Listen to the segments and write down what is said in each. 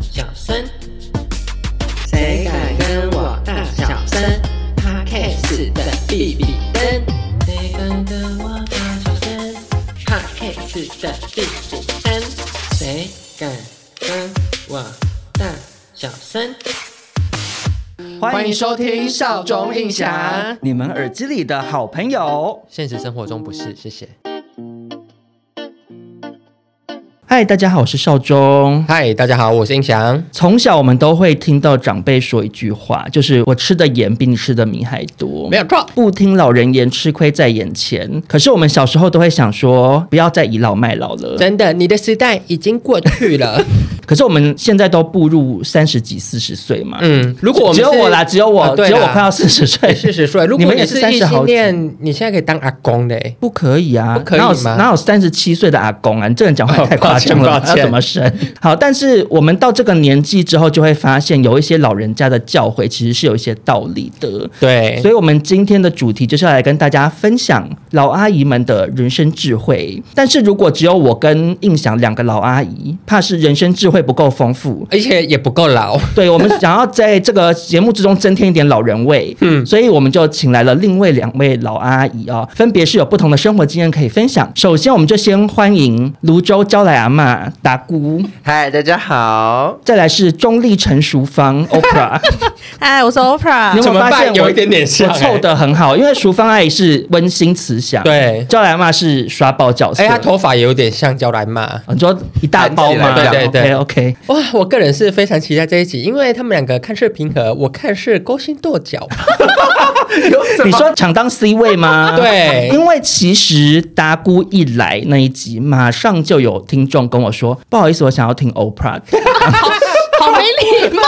小声？谁敢跟我大小声 p o d c 的比比登，谁敢跟我大小声 p o d c 的比比登，谁敢跟我大小声？欢迎收听《少中印象你们耳机里的好朋友。现实生活中不是，谢谢。嗨，大家好，我是少中。嗨，大家好，我是印翔。从小我们都会听到长辈说一句话，就是我吃的盐比你吃的米还多。有错，不听老人言，吃亏在眼前。可是我们小时候都会想说，不要再倚老卖老了。真的，你的时代已经过去了。可是我们现在都步入三十几、四十岁嘛。 嗯，如果我们只有是我啦，只有我，啊对啦只有我快要四十岁。四十岁，如你果们你也是三异十好性几。恋，你现在可以当阿公的欸。不可以啊，不可以哪有吗哪有三十七岁的阿公啊？你这个人讲话也太夸张了，哦抱歉他抱歉怎么生？好，但是我们到这个年纪之后，就会发现有一些老人家的教诲其实是有一些道理的。对所以，我们今天的主题就是要来跟大家分享老阿姨们的人生智慧。但是如果只有我跟印象两个老阿姨，怕是人生智慧不够丰富。而且也不够老。对，我们想要在这个节目之中增添一点老人味，嗯，所以我们就请来了另外两位老阿姨哦，分别是有不同的生活经验可以分享。首先，我们就先欢迎泸州娇来阿嬷达姑，嗨，大家好。再来是中立陈淑 芳 OPRA， 哎嗨，我是 Oprah 你有没有怎么发现办？我有一点点我像、欸，凑的很好，因为淑芳阿姨是温馨慈祥，，对，娇来阿嬷是刷爆角色，哎、他头发也有点像娇兰嘛。啊你说一大包嘛，弹起来对对对 o k 哇，我个人是非常期待这一集，因为他们两个看似平和，我看是勾心斗角。 OK，你说想当 C 位吗？。对，因为其实达姑一来那一集，马上就有听众跟我说，不好意思，我想要听 Oprah。 好没礼貌。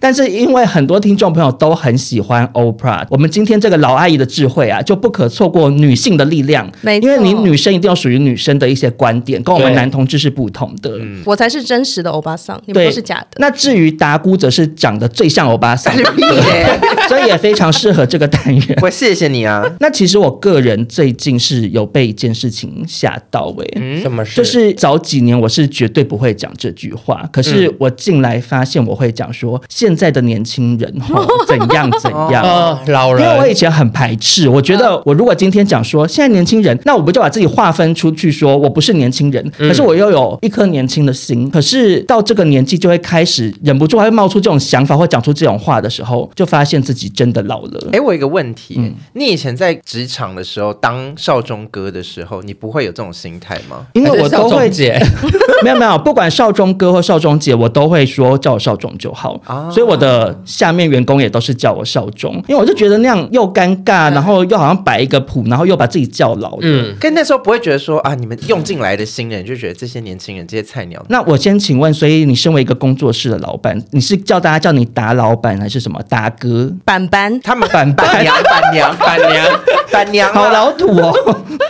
但是因为很多听众朋友都很喜欢 Oprah，我们今天这个老阿姨的智慧啊，就不可错过女性的力量。没因错为你女生一定要属于女生的一些观点，跟我们对嗯男同志是不同的。 我才是真实的欧巴桑，你们对，都是假的。那至于达姑，则是长得最像欧巴 桑， 所以也非常适合这个单元。我谢谢你 啊。那其实我个人最近是有被一件事情吓到诶、什么事？就是早几年我是绝对不会讲这句话，可嗯是我进来发现我会讲说现在的年轻 人吼怎样怎样。哦，嗯老因为我以人，前很排斥，我觉得我如果今天讲说现在年轻人，那我不就把自己划分出去说，我不是年轻人，嗯可是我又有一颗年轻的心。可是到这个年纪就会开始忍不住还会冒出这种想法，或讲出这种话的时候，就发现自己真的老了。哎，我有一个问题，嗯你以前在职场的时候当少中哥的时候，你不会有这种心态吗？因为我都还会是少 中姐，没有没有，不管少中哥或少中姐，我都会说叫我少中就好。啊所以我的下面员工也都是叫我少中，因为我就觉得那样又尴尬，然后又好像摆一个谱，然后又把自己叫老的。嗯，跟那时候不会觉得说啊，你们用进来的新人就觉得这些年轻人这些菜鸟，那我先请问，所以你身为一个工作室的老板，你是叫大家叫你达老板还是什么达哥？板板，他们板板 板娘板娘板娘，板娘好啊，老土 哦！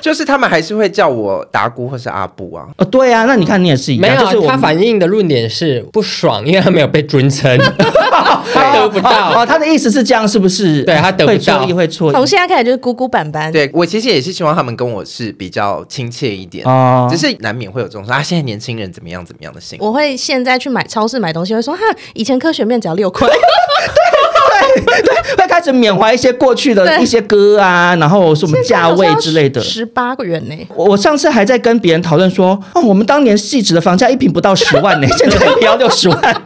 就是他们还是会叫我达姑或是阿布啊。哦，对啊，那你看你也是一没样，有，就是我他们反映的论点是不爽，因为他没有被尊称，他得不哦，到，他的意思是这样，是不是？对他得不会错到。意，会错意。从现在开始就是姑姑板板。对我其实也是希望他们跟我是比较亲切一点，哦只是难免会有这种说啊，现在年轻人怎么样怎么样的心。我会现在去买超市买东西，会说哈，以前科学面只要六块，会开始缅怀一些过去的对一些歌啊，然后什么 价位之类的。十八个元呢。我我上次还在跟别 人讨论说，哦，我们当年细致的房价一平不到十万呢，现在一平要六十万，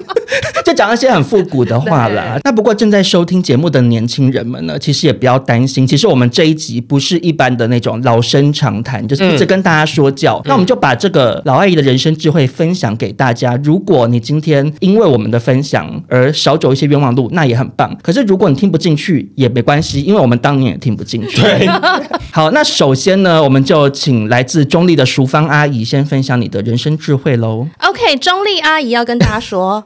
就讲一些很复古的话啦。那不过正在收听节目的年轻人们呢，其实也不要担心，其实我们这一集不是一般的那种老生常谈，就是一直跟大家说教。那我们就把这个老阿姨的人生智慧分享给大家。如果你今天因为我们的分享而少走一些冤枉路，那也很棒。可是如果你听不进去也没关系，因为我们当年也听不进去。对，好，那首先呢，我们就请来自中立的淑芳阿姨先分享你的人生智慧 喽。 OK，中立阿姨要跟大家说，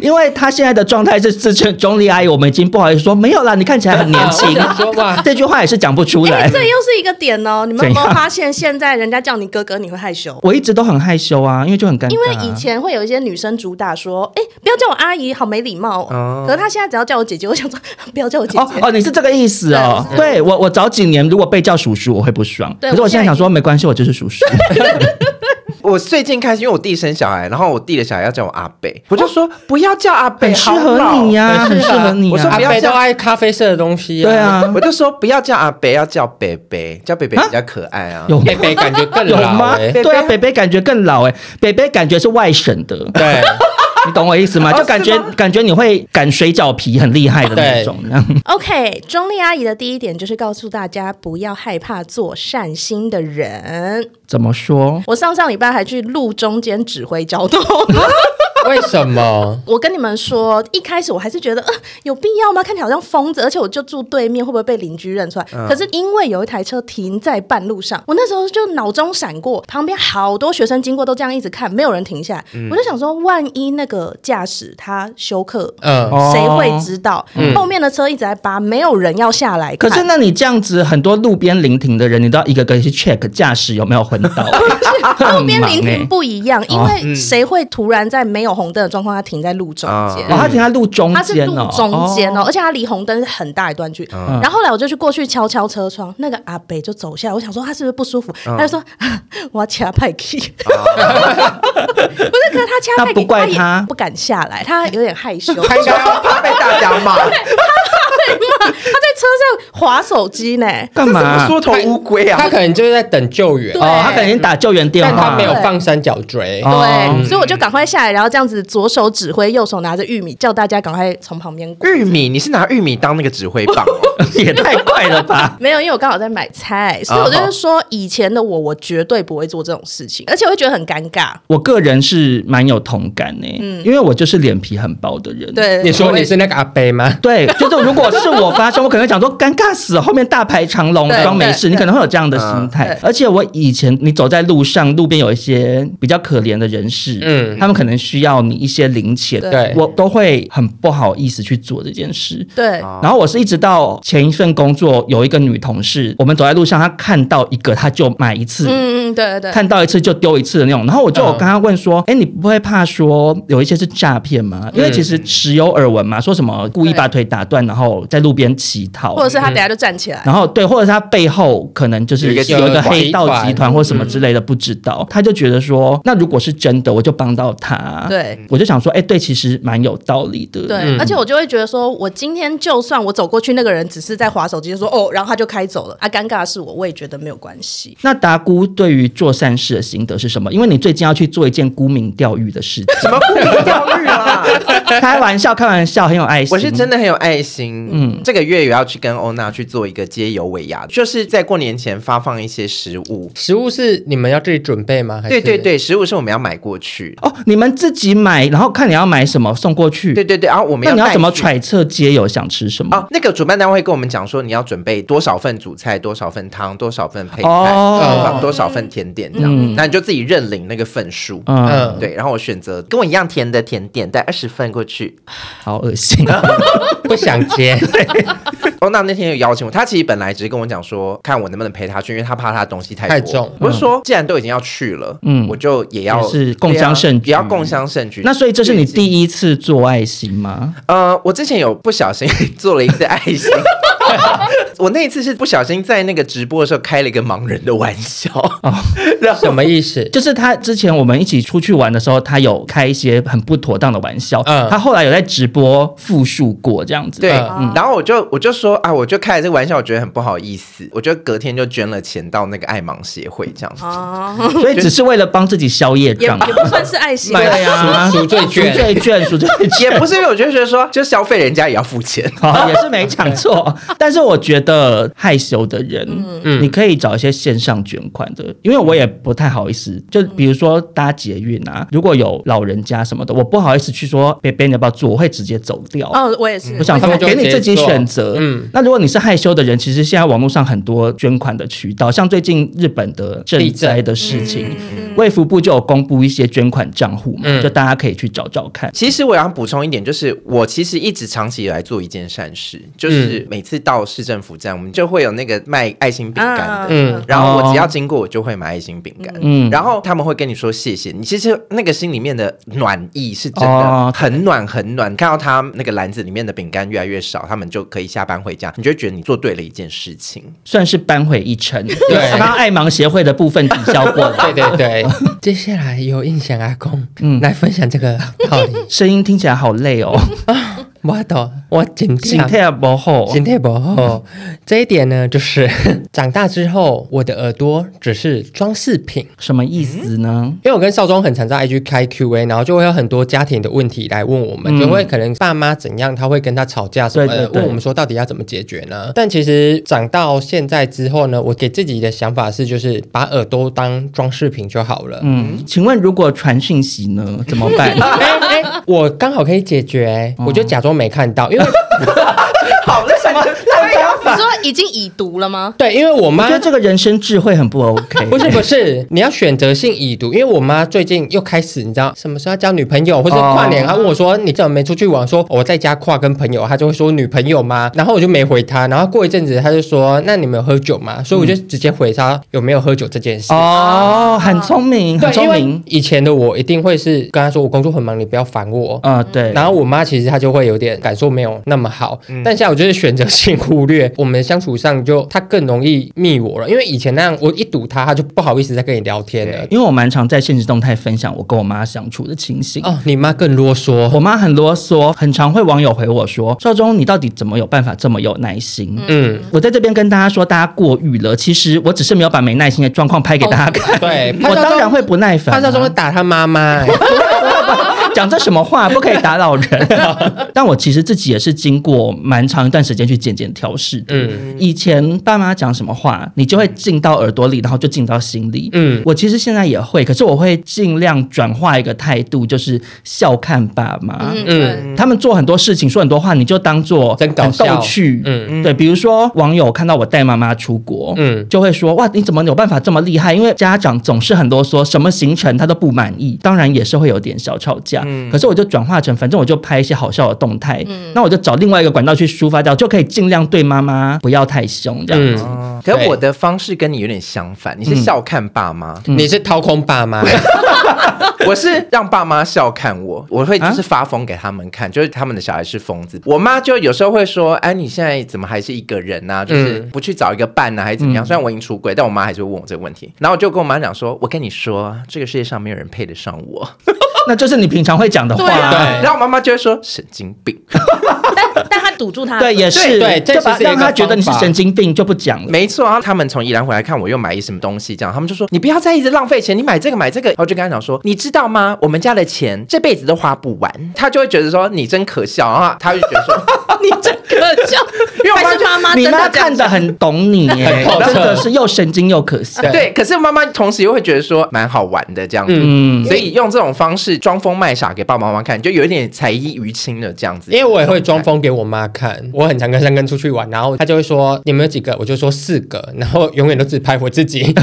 因为她现在的状态是自称中立阿姨，我们已经不好意思说没有啦，你看起来很年轻 想说哇，这句话也是 讲不出哎、来。这又是一个点哦。你们有没怎有样发现，现在人家叫你哥哥，你会害羞？我一直都很害羞啊，因为就很尴尬、因为以前会有一些女生主打说，哎、不要叫我阿姨，好没礼貌、哦。哦可是她现在只要叫我姐姐，我想说， 不要叫我姐哦姐。哦，你是这个意思哦？对我，我早几年如果被叫叔叔，我会不爽。对可是我我现现在在想已说，没关系，我就是叔 叔。我最近开始，因为我弟生小孩，然后我弟的小孩要叫我阿北，我就说不要叫阿哦北，很适合你呀、好老很适合你、啊我说呀。阿不要北这都样爱咖啡色的东西、啊，对，啊好老。，我就说不要叫阿北，要叫北北，叫北北比较可爱啊。有北北感觉更有老吗？哎、对啊，北北感觉更老哎、北北感觉是外省的，对，你懂我意思吗？哦就感觉、是吗感觉你会擀水饺皮很厉害的那种。这样 OK，中立阿姨的第一点就是告诉大家，不要害怕做善心的人。怎么说？我上上礼拜还去路中间指挥 交通。为什么？我跟你们说，一开始我还是觉得，呃，有必要吗？看起来好像疯子，而且我就住对面，会不会被邻居认出来？嗯可是因为有一台车停在半路上，我那时候就脑中闪过，旁边好多学生经过都这样一直看，没有人停下来。嗯我就想说，万一那个驾驶他休克，嗯、哦嗯谁会知道？后面的车一直在扒，没有人要下来看。可是，那你这样子，很多路边临停的人，你都要一个个去 check 驾驶有没有昏倒， 欸路路边临停不一样，因为谁会突然在没有红灯的状况下停在啊路中间？哦，他停在路中它是间路哦，中间哦，嗯而且它离红灯是很大一段距。然后后来我就去过去敲敲车窗，那个阿北就走下来，我想说他是不是不舒服，他就说 我要掐派 key，不 是，可是他掐派那 key，不怪也他不敢下来，他有点害 羞，他应该要怕被大家骂，他在车上划手机呢。干怎么嘛？缩头乌龟啊他？可能就是在等救援，对哦，他肯定打救援电但话，他没有放三角锥。哦对，所以我就赶快下来，然后这样子左手指挥，右手拿着玉米，叫大家赶快从旁边过。玉米，你是拿玉米当那个指挥棒哦？ 也太快了吧！没有，因为我刚好在买菜，所以我就是说，以前的我，我绝对不会做这种事情，而且我会觉得很尴尬。我个人是蛮有同感呢、因为我就是脸皮很薄的人。。嗯呃对，你说你是那个阿北吗？对，就是如果是我发生，我可能会想说尴尬死了，后面大排长龙对装没对事，你可能会有这样的心态对。而且我以前你走在路上，路边有一些比较可怜的人士，嗯嗯，他们可能需要你一些零钱，对我都会很不好意思去做这件事。对，然后我是一直到前一份工作，有一个女同事，我们走在路上，她看到一个，她就买一次，嗯嗯，对对对，看到一次就丢一次的那种。然后我就有嗯跟他问说：“哎、你不会怕说有一些是诈骗吗？嗯因为其实时有耳闻嘛，说什么故意把腿打断，然后在路边乞讨或。”者是他等下就站起来，然后对，或者是他背后可能就是有一个嗯有一个集团黑道集团或什么之类的，不知道。他就觉得说，那如果是真的，我就帮到他。，对我就想说，哎，对，其实蛮有道理的。对，而且我就会觉得说，我今天就算我走过去，那个人只是在划手机，就说哦，然后他就开走了，啊，尴尬的是我，我也觉得没有关系。那达姑对于做善事的心得是什么？因为你最近要去做一件沽名钓誉的事情，什么故意钓 鱼啊？ 开玩笑，开玩笑，很有爱心。我是真的很有爱心。嗯，这个月也要去跟欧娜去做一个街游尾牙，就是在过年前发放一些食物。食物是你们要自己准备吗？还是对对，对，食物是我们要买过去。哦，你们自己买，然后看你要买什么送过去。对对对，然后我们那要你要带怎么去揣测街友想吃什么？哦，那个主办单位会跟我们讲说，你要准备多少份主菜，多少份汤，多少份配菜，哦多少份甜点这样子。那你就自己认领那个份数。嗯，嗯，对，然后我选择跟我一样甜的甜点，带二十份过去。 好恶心。不想接，欧娜哦那天有邀请我，她其实本来只是跟我讲说，看我能不能陪她去，因为她怕她的东西太多太重我就说，既然都已经要去了，嗯嗯，我就也要也是共襄盛举对啊也要共襄盛举。 那所以这是你一 第一次做爱心吗？呃，我之前有不小心 做了一次爱心，我那一次是不小心在那个直播的时候开了一个盲人的玩笑，然后什么意思？就是他之前我们一起出去玩的时候，他有开一些很不妥当的玩笑，嗯他后来有在直播复述过这样子。对，嗯然后我就我就说啊，我就开了这个玩笑，我觉得很不好意思，我就隔天就捐了钱到那个爱盲协会这样子。啊，哦所以只是为了帮自己消业 也障。也不算是爱心，买对 啊，赎罪券赎罪券，赎罪券也不是因为我就觉得说，就消费人家也要付钱。好，也是没讲错。但是我觉得害羞的人，你可以找一些线上捐款的，因为我也不太好意思。就比如说搭捷运啊，如果有老人家什么的，我不好意思去说别别你要不要坐，我会直接走掉。 哦，我也是，我想他说们就会给你自己直接做选择。嗯嗯，那如果你是害羞的人，其实现在网络上很多捐款的渠道，像最近日本的赈灾的事情，卫福部就有公布一些捐款账户嘛，嗯就大家可以去找找看。其实我要补充一点，就是我其实一直长期以来做一件善事，嗯就是每次到市政府站，我们就会有那个卖爱心饼干的。嗯然后我哦只要经过，我就会买爱心饼干。嗯然后他们会跟你说谢谢你。其实那个心里面的暖意是真的哦很暖很暖。看到他那个篮子里面的饼干越来越少，他们就可以下班回家，你就会觉得你做对了一件事情。算是扳回一 城，对帮爱盲协会的部分抵消过了。 对对对，接下来由印象阿公嗯来分享这个道 理。声音听起来好累 哦，我懂，我今心天态不好。啊心态不好。这一点呢，就是 长大之后，我的耳朵只是装饰品。什么意思呢？因为我跟少中很常在 IG 开 QA，然后就会有很多家庭的问题来问我们，嗯就会可能爸妈怎样，他会跟他吵架什么对的，对对问我们说到底要怎么解决呢？但其实长到现在之后呢，我给自己的想法是，就是把耳朵当装饰品就好了。嗯，请问如果传讯息呢，怎么 办？哎哎，我刚好可以解决，我就假装没看到，因 为？好，那什么？啊你说已经已读了吗对，因为我我妈觉得这个人生智慧很不 OK。 不是 不是，你要选择性已读，因为我妈最近又开始，你知道什么时候要交女朋友，或是跨年，哦她问我说你怎么没出去玩？我说哦我在家跨跟朋友，她就会说女朋友吗？然后我就没回她，然后过一阵子她就说那你们有喝酒吗？所以我就直接回她有没有喝酒这件事。哦，很聪明，很对，聪因为明。以前的我一定会是跟她说我工作很忙，你不要烦我。啊，对。然后我妈其实她就会有点感受没有那么好，但现在我就是选择性忽略， 我们相处上就她更容易密我了，因为以前那样我一堵她，她就不好意思再跟你聊天了。因为我蛮常在现实动态分享我跟我妈相处的情形。哦，你妈更啰嗦。我妈很啰嗦，很常会网友回我说：“少中，你到底怎么有办法这么有耐心？”嗯，我在这边跟大家说，大家过誉了。其实我只是没有把没耐心的状况拍给大家看。对， 我当然会不耐烦、啊。潘少忠会打他妈妈、欸讲这什么话，不可以打扰人。啊 但我其实自己也是经过蛮长一段时间去渐渐调试的。 嗯以前爸妈讲什么话，你就会进到耳朵里，然后就进到心里。嗯我其实现在也会，可是我会尽量转化一个态度，就是笑看爸妈。嗯嗯嗯，他们做很多事情，说很多话，你就当做真搞笑逗趣。嗯嗯，对，比如说网友看到我带妈妈出国，嗯嗯，就会说哇，你怎么有办法这么厉害？因为家长总是很啰嗦，什么行程他都不满意，当然也是会有点小吵架。嗯可是我就转化成，反正我就拍一些好笑的动态，嗯那我就找另外一个管道去抒发掉，就可以尽量对妈妈不要太凶这样。嗯，可我的方式跟你有点相反，你是嗯笑看爸妈，你是掏空爸妈、 我是让爸妈笑看我，我会就是发疯给他们看，就是他们的小孩是疯子。我妈就有时候会说：“哎，你现在怎么还是一个人啊？就是不去找一个伴啊，还是怎么样？”虽然我已经出轨，但我妈还是会问我这个问题。然后我就跟我妈讲说：“我跟你说，这个世界上没有人配得上我。那就是你平常会讲的话、对啊对然后我妈妈就会说：“神经病，但 但他堵住他，对，也是，对对就把这是一让个他觉得你是方法神经病就不讲了。没错啊。”他们从宜兰回来看我又买一什么东西，这样他们就说：“你不要再一直浪费钱，你买这个买这个。”然后我就跟他讲说：“你知道吗？我们家的钱这辈子都花不完。”他就会觉得说：“你真可笑。”然后他就觉得说。你真可笑，因为我妈还是妈妈你真妈的这样看得讲很懂你耶，透彻真的是又神经又可笑。对对，可是妈妈同时又会觉得说蛮好玩的这样子，嗯所以用这种方式装疯卖傻给爸爸妈妈看，就有一点才艺于亲的这样 子。因为我也会装疯给我妈看。我很常跟三根出去玩，然 后她就会说你们有几个，我就说四个，然后永远都只拍我自己。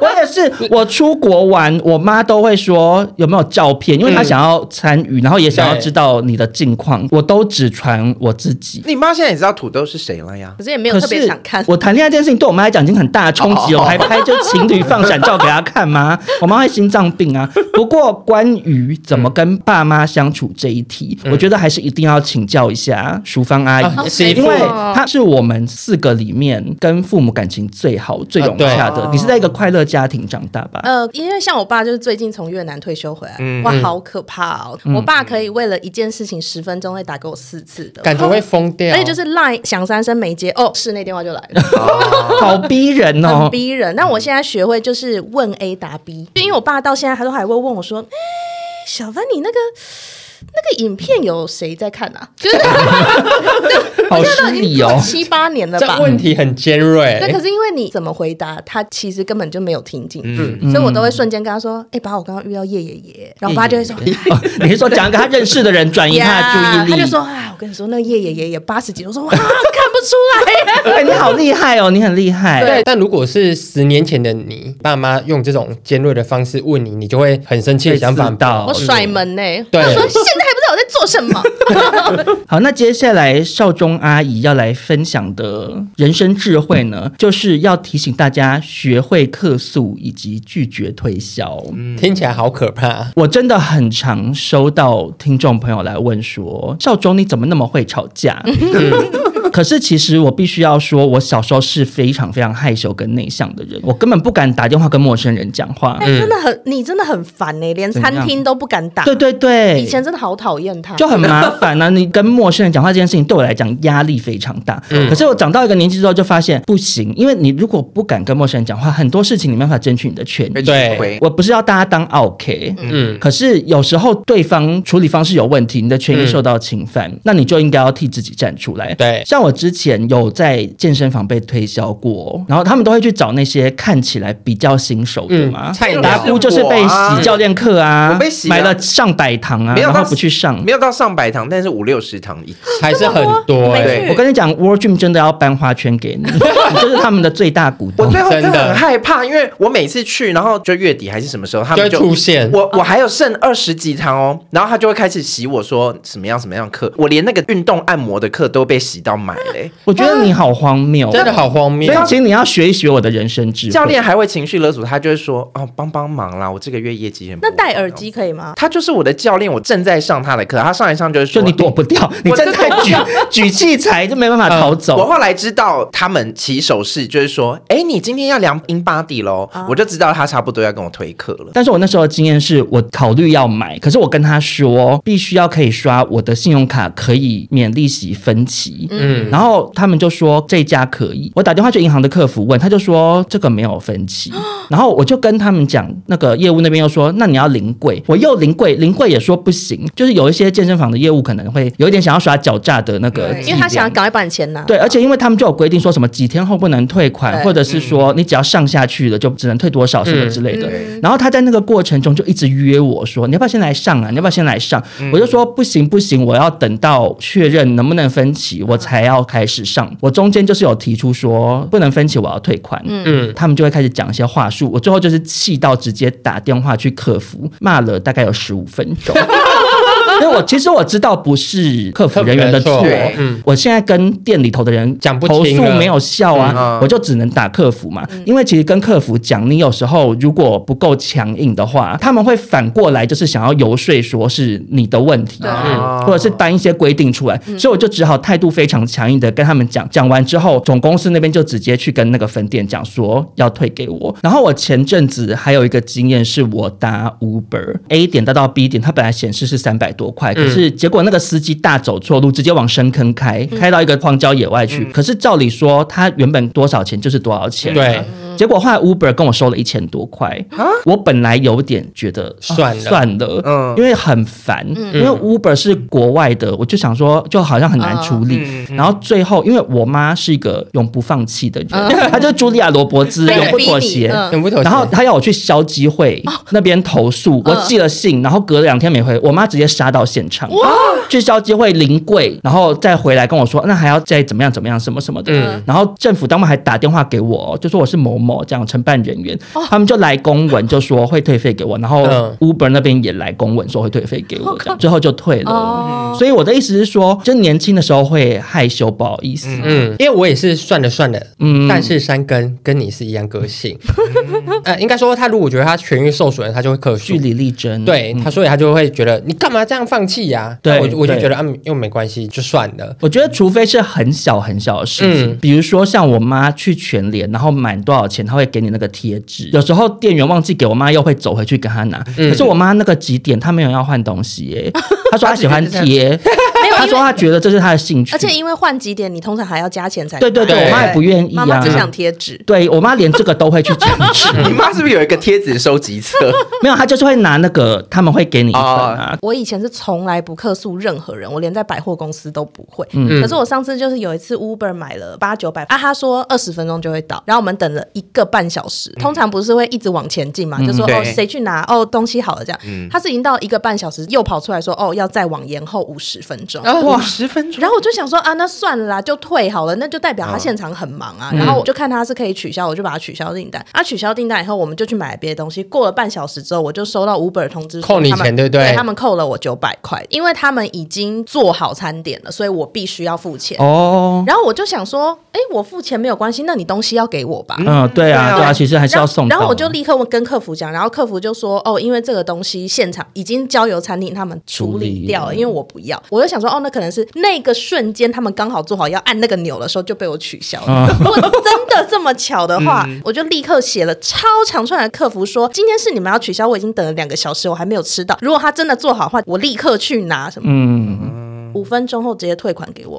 我也是，是我出国玩，我妈都会说有没有照片，因为她想要参与，然后也想要知道你的近况，我都只传我自己。你妈现在也知道土豆是谁了呀？可是也没有可特别是想看。我谈恋爱这件事情对我妈来讲已经很大的冲 击了，我还拍就情侣放闪照给她看吗？我妈会心脏病啊。不过关于怎么跟爸妈相处这一题，我觉得还是一定要请教一下淑芳阿姨。啊媳因妇为她是我们四个里面跟父母感情最好、最融洽的。你是在一个快乐家庭长大吧？呃，因为像我爸就是最近从越南退休回来，嗯哇，好可怕哦！我爸可以为了一件事情十分钟会打给我四次的，感觉会哦疯掉，而且就是 line 响三声没接，哦，室内电话就来了。好逼人很哦！逼人。那我现在学会就是问 A 答 B，就因为我爸到现在他都还会问我说：“哎、小凡，你那个那个影片有谁在看啊？”就是好现在失都已礼经哦做。七八年了吧这？问题很尖哎那可锐。是因为你怎么回答，他其实根本就没有听进去，嗯，所以我都会瞬间跟他说：“哎、爸，我刚刚遇到叶爷嗯爷。”然后我爸就会说。 哦你是说讲一个他认识的人转移他呀的注意他力？就说：“哎，我跟你说，那个叶爷爷也八十几，我说哇，啊看不出来。 哎，你好厉害哦，你很厉害。对，但如果是十年前的你，爸妈用这种尖锐的方式问你，你就会很生气地想反被刺到驳。我甩门呢、对我说现在还不知道我在做什么。 好，那接下来少中阿姨要来分享的人生智慧呢，就是要提醒大家学会客诉以及拒绝推销。嗯听起来好可怕。我真的很常收到听众朋友来问说：“少中，你怎么那么会吵架？” 可是其实我必须要说，我小时候是非常非常害羞跟内向的人，我根本不敢打电话跟陌生人讲 话。哎、真的很，你真的很烦呢、连怎样餐厅都不敢嗯打。对对对，以前真的好讨厌他，就很麻烦啊！你跟陌生人讲话这件事情对我来讲压力非常大。可是我长到一个年纪之后，就发现不行，因为你如果不敢跟陌生人讲话，很多事情你没办法争取你的权益。对回我不是要大家当 OK，嗯，可是有时候对方处理方式有问题，你的权益受到侵犯，嗯那你就应该要替自己站出来。对像我之前有在健身房被推销过，然后他们都会去找那些看起来比较新手的嗯嘛，菜鸟达姑就是被洗教练课啊，我被洗啊买了上百堂啊，没有然到后不去上。嗯没有到上百堂，但是五六十堂一还是很多、没欸。去我跟你讲，World Dream 真的要搬花圈给 你，你就是他们的最大股我东最。后真真的的很害怕，因为我每次去，然后就月底还是什么时候，他们就会出现我我还有剩二十几堂哦，然后他就会开始洗我说什么样什么样的课，我连那个运动按摩的课都被洗到买嘞、我觉得你好荒谬，真的。好荒谬所以，。请你要学一学我的人生智慧。教练还会情绪勒索，他就会说哦帮帮忙啦，我这个月业绩很不那好戴耳机。可以吗？他就是我的教练，我正在上他的课，他上一上就是就说你躲不掉，你我正在真的举举器材就没办法逃我走。后来知道他们起手式就是说，哎，你今天要量 in body 喽，啊我就知道他差不多要跟我推课 了。但是我那时候的经验是我考虑要买，可是我跟他说必须要可以刷我的信用卡，可以免利息分期。嗯，然后他们就说这家可以，我打电话去银行的客服问，他就说这个没有分期，然后我就跟他们讲，那个业务那边又说那你要临柜，我又临柜，临柜也说不行，就是有一些健身房的业务可能会有一点想要耍狡诈的那个对伎俩，因为他想赶快把你钱啊拿。对，而且因为他们就有规定说什么几天后不能退款，对或者是说你只要上下去了就只能退多少什么之类的。嗯然后他在那个过程中就一直约我说你要不要先来上啊？你要不要先来上？嗯我就说不行不行，我要等到确认能不能分期我才要开始上。我中间就是有提出说不能分期我要退款，嗯，他们就会开始讲一些话术。我最后就是气到直接打电话去客服骂了大概有十五分 钟。因为我其实我知道不是客服人员的客错服的错，嗯我现在跟店里头的人讲不投清诉了没有效啊，嗯我就只能打客服嘛。因为其实跟客服讲，你有时候如果不够强硬的话，他们会反过来就是想要游说，说是你的问题，嗯或者是搬一些规定出来，所以我就只好态度非常强硬的跟他们讲。讲完之后，总公司那边就直接去跟那个分店讲说要退给我。然后我前阵子还有一个经验是我搭 Uber A 点搭到 B 点，它本来显示是三百多块，嗯可是结果那个司机大走错路，直接往深坑开，开到一个荒郊野外去。可是照理说，他原本多少钱就是多少钱，对。结果后来 Uber 跟我收了一千多块，我本来有点觉得、啊算了算了，嗯因为很烦，因为 Uber 是国外的，我就想说就好像很难处理。然后最后，因为我妈是一个永不放弃的人，她就是茱莉亚·罗伯兹，被永不逼妥你协。嗯很不妥协。然后他要我去消基会那边投诉，我寄了信，然后隔了两天没回，我妈直接杀到现场，去消基会临柜，然后再回来跟我说，那还要再怎么样怎么样什么什么的。然后政府当面还打电话给我，就说我是某某这样承办人员，他们就来公文就说会退费给我，然后嗯 Uber 那边也来公文说会退费给我，这样最后就退了。哦，所以我的意思是说，就年轻的时候会害羞，不好意思。嗯，因为我也是算了算了，嗯但是山根跟你是一样 个性，呃，应该说他如果觉得他痊愈受损了，他就会克诉据。理力争，对嗯他，所以他就会觉得你干嘛这样放弃呀、对那我我就对觉得啊，又没关系，就算了。我觉得除非是很小很小的事情，嗯比如说像我妈去全联，然后满多少钱，她会给你那个贴纸。有时候店员忘记给我妈，又会走回去跟她拿。可是我妈那个几点，她没有要换东西 耶、她说她喜欢贴，她说她觉得这是她的兴趣， 而且因为换几点，你通常还要加钱才对对对对我妈也不愿意啊。妈妈只想贴纸。对我妈连这个都会去争 取，你妈是不是有一个贴纸收 集册？没有，她就是会拿那个，他们会给你一份啊。我以前是从来不客诉任何人，我连在百货公司都不会。嗯可是我上次就是有一次 Uber 买了八九百，啊，他说二十分钟就会到，然后我们等了一个半小时。嗯通常不是会一直往前进嘛，就说对哦谁去拿哦东西好了这样。他是已经到一个半小时，又跑出来说哦要再往延后五十分钟。哇，十分钟然后我就想说啊，那算了啦，就退好了，那就代表他现场很忙嗯啊。然后我就看他是可以取消，我就把它取消订单。啊，取消订单以后，我们就去买别的东西。过了半小时之后，我就收到 Uber 通知说扣你他们钱对不对对？他们扣了我九百块，因为他们已经做好餐点了，所以我必须要付钱。哦，然后我就想说，哎，我付钱没有关系，那你东西要给我吧。嗯，对对啊，啊对啊，其实还是然要后送到然后我就立刻问跟客服讲，然后客服就说：“哦，因为这个东西现场已经交由餐厅他们处理掉处了，理因为我不要。”我就想说：“哦，那可能是那个瞬间他们刚好做好要按那个钮的时候就被我取消了。嗯如果真的这么巧的话，我就立刻写了超长串的客服说：“今天是你们要取消，我已经等了两个小时，我还没有吃到。如果他真的做好的话，我立刻去拿什么。嗯，五分钟后直接退款 给我，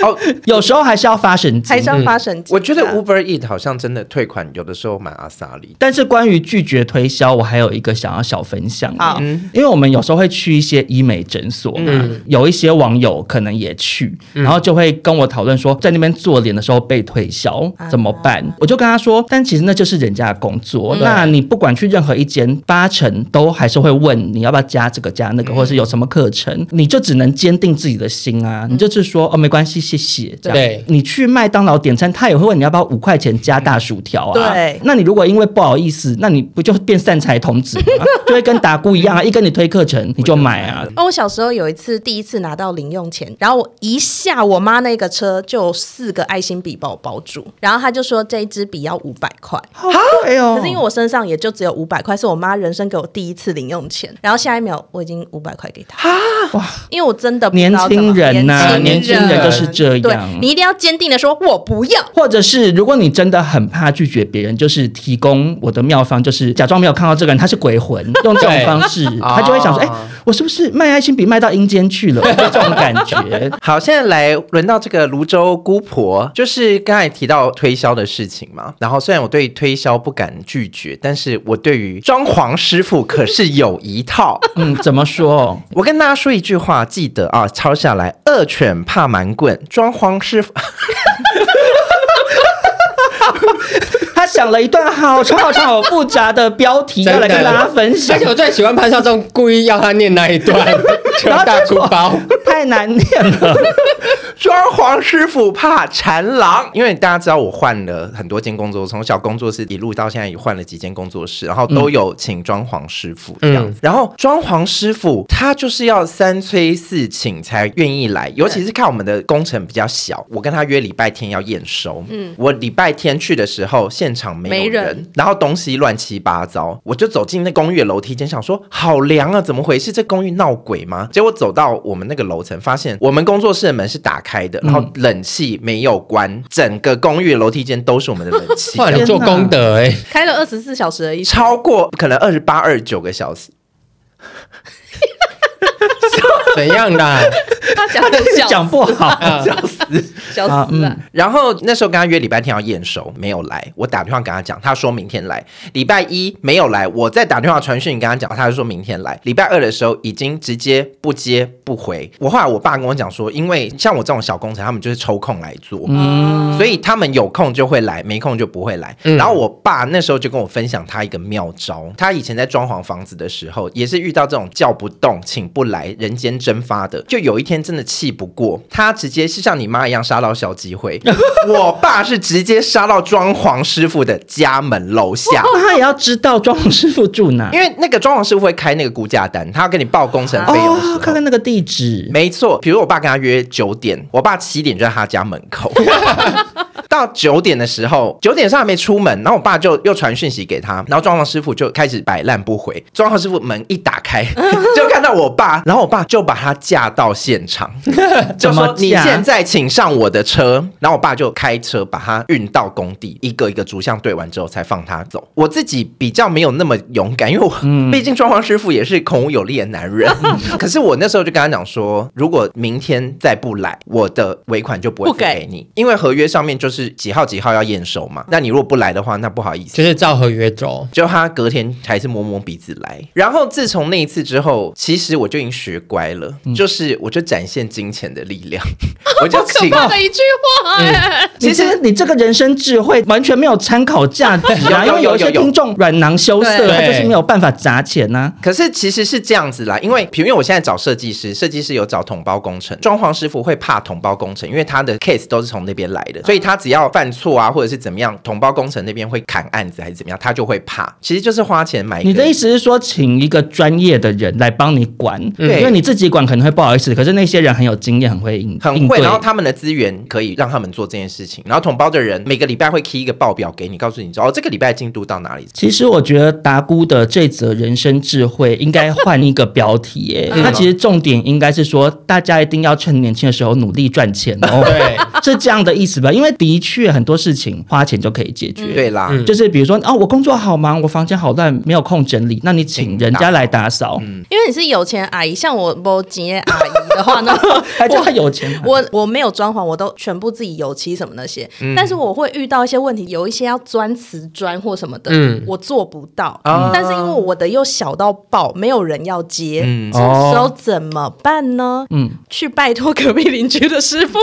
哦，有时候还是要发神经，还是要发神经。我觉得对啊 Uber Eat 好像真的退款，有的时候蛮阿萨里。但是关于拒绝推销，我还有一个想要小分享好，因为我们有时候会去一些医美诊所嘛，有一些网友可能也去，然后就会跟我讨论说，在那边做脸的时候被推销怎么办？我就跟他说，但其实那就是人家的工作，那你不管去任何一间，八成都还是会问你要不要加这个加那个，或者是有什么课程，你就只能坚定自己的心啊，你就是说哦没关系，谢谢这样。对你去麦当劳点餐，他也会问你要不要五块钱加大薯条啊，对那你如果因为不好意思，那你不就变散财童子吗？就会跟打姑一样啊，一跟你推课程你就买啊。哦，我小时候有一次第一次拿到零用钱，然后我一下我妈那个车就有四个爱心笔把我包住，然后她就说这一支笔要五百块，哎呦哦可是因为我身上也就只有五百块，是我妈人生给我第一次零用钱，然后下一秒我已经五百块给她，因为我真的不知年道怎么轻人呐、年年轻轻人人就是这对样。你一定要坚定的说我不要，或者是，如果你真的很怕拒绝别人，就是提供我的妙方，就是假装没有看到这个人，他是鬼魂，用这种对方式，他就会想说：“哎、哦我是不是卖爱心笔卖到阴间去了？” 就这种感觉。好，现在来轮到这个泸州姑婆，就是刚才提到推销的事情嘛。然后虽然我对推销不敢拒绝，但是我对于装潢师傅可是有一套。嗯，怎么说？我跟大家说一句话，记得啊，抄下来：恶犬怕蛮棍，装潢师傅。 他想了一段好长好长好复杂的标题，要来跟大家分享 而且。我最喜欢潘少忠故意要他念那一段， 就大哭包。太难念了， 装潢师傅怕缠狼，因为大家知道我换了很多间工作，从小工作室一路到现在也换了几间工作室，然后都有请装潢师傅这样子。嗯然后装潢师傅他就是要三催四请才愿意来，尤其是看我们的工程比较小，我跟他约礼拜天要验收，嗯，我礼拜天去的时候现场没没有人人，然后东西乱七八糟，我就走进那公寓的楼梯间，想说好凉啊，怎么回事？这公寓闹鬼吗？结果走到我们那个楼层，发现我们工作室的门是打开的，然后冷气没有关，整个公寓的楼梯间都是我们的冷 气。哇，你做功德哎、开了二十四小时而已，超过可能二十八、二十九个小时，怎样啦？他讲的这小讲不好。笑死！小啊死了，然后那时候跟他约礼拜天要验收，没有来。我打电话跟他讲，他说明天来。礼拜一没有来，我再打电话传讯跟他讲，他就说明天来。礼拜二的时候已经直接不接不回。我后来我爸跟我讲说，因为像我这种小工程，他们就是抽空来做，所以他们有空就会来，没空就不会来。然后我爸那时候就跟我分享他一个妙招，他以前在装潢房子的时候，也是遇到这种叫不动、请不来、人间蒸发的。就有一天真的。真的气不过，他直接是像你妈一样杀到小机会，我爸是直接杀到装潢师傅的家门楼下。那他也要知道装潢师傅住哪因为那个装潢师傅会开那个估价单，他要跟你报工程费用的时候哦，看看那个地址。没错，比如我爸跟他约九点，我爸七点就在他家门口。 到九点的时候，九点上还没出门，然后我爸就又传讯息给他，然后装潢师傅就开始摆烂不回。装潢师傅门一打开， 就看到我爸，然后我爸就把他架到现 场，就怎么说你架现在请上我的车。然后我爸就开车把他运到工地，一个一个逐项对完之后才放他走。我自己比较没有那么勇敢，因为我、毕竟装潢师傅也是孔武有力的男人。可是我那时候就跟他讲说，如果明天再不来，我的尾款就不会不付给给你，因为合约上面就是几号几号要验收嘛。那你如果不来的话，那不好意思。就是照合约走。就他隔天还是摸摸鼻子来。然后自从那一次之后，其实我就已经学乖了，就是我就展现金钱的力量，我就请怕的一句话、嗯哎其其实实你这个人生智慧完全没有参考价值啊，有因为有一些有有有听众软囊羞涩，对他就是没有办法砸钱啊呐。可是其实是这样子啦，因为比如因为我现在找设计师，设计师有找统包工程，装潢师傅会怕统包工程，因为他的 case 都是从那边来的，所以他只要犯错啊，或者是怎么样，统包工程那边会砍案子还是怎么样，他就会怕。其实就是花钱买一个。你的意思是说，请一个专业的人来帮你管，嗯对因为你自己管可能会不好意思，可是那些人很有经验，很会应很应会，对然后他们的资源可以让他们做这件事情。然后统包的人每个礼拜会 key 一个报表给你，告诉你哦，这个礼拜进度到哪里。其实我觉得达姑的这则人生智慧应该换一个标题 耶，嗯它其实重点应该是说，大家一定要趁年轻的时候努力赚钱哦，对， 是这样的意思吧？因为的确很多事情花钱就可以解决。对啦，嗯就是比如说，哦，我工作好忙，我房间好乱，没有空整理，那你请人家来打扫，因为你是有钱阿姨，像我没钱的阿姨的话 呢，还叫他有钱、 啊。我我没有装潢，我都全部自己油漆什么那些，但是我会遇到一些问题，有一些要钻瓷砖或什么的，嗯我做不到。啊但是因为我的又小到爆，没有人要接，嗯这时候怎么办呢？嗯，去拜托隔壁邻居的师傅。